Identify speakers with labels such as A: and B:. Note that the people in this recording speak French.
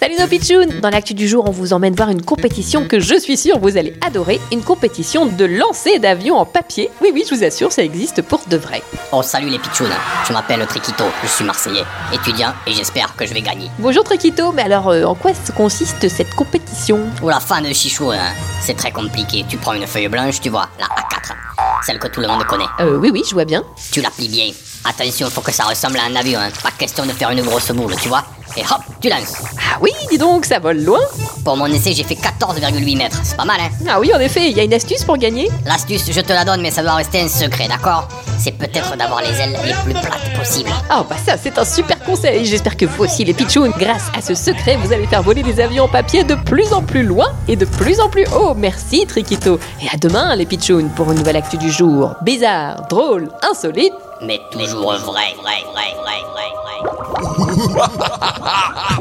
A: Salut nos pitchouns Dans l'actu du jour, on vous emmène voir une compétition que je suis sûre vous allez adorer, une compétition de lancer d'avions en papier. Oui, oui, je vous assure, ça existe pour de vrai.
B: Oh salut les pitchounes, je m'appelle Triquito, je suis marseillais, étudiant et j'espère que je vais gagner.
A: Bonjour Trekito, mais alors euh, en quoi se consiste cette compétition
B: Oh la fan de Chichou, hein. c'est très compliqué, tu prends une feuille blanche, tu vois, la A4, celle que tout le monde connaît.
A: Euh, oui, oui, je vois bien.
B: Tu la plies bien. Attention, faut que ça ressemble à un avion, hein. pas question de faire une grosse boule, tu vois. Et hop, tu lances.
A: Ah oui, dis donc, ça vole loin
B: Pour mon essai, j'ai fait 14,8 mètres, c'est pas mal, hein.
A: Ah oui, en effet, il y a une astuce pour gagner
B: L'astuce, je te la donne, mais ça doit rester un secret, d'accord C'est peut-être d'avoir les ailes les plus plates possibles.
A: Ah bah ça, c'est un super conseil J'espère que vous aussi, les pitchouns, grâce à ce secret, vous allez faire voler les avions en papier de plus en plus loin et de plus en plus haut Merci Triquito Et à demain, les pitchouns, pour une nouvelle actu du jour. Bizarre, drôle, insolite
B: Mais toujours vrai, vrai, vrai, vrai, vrai, vrai.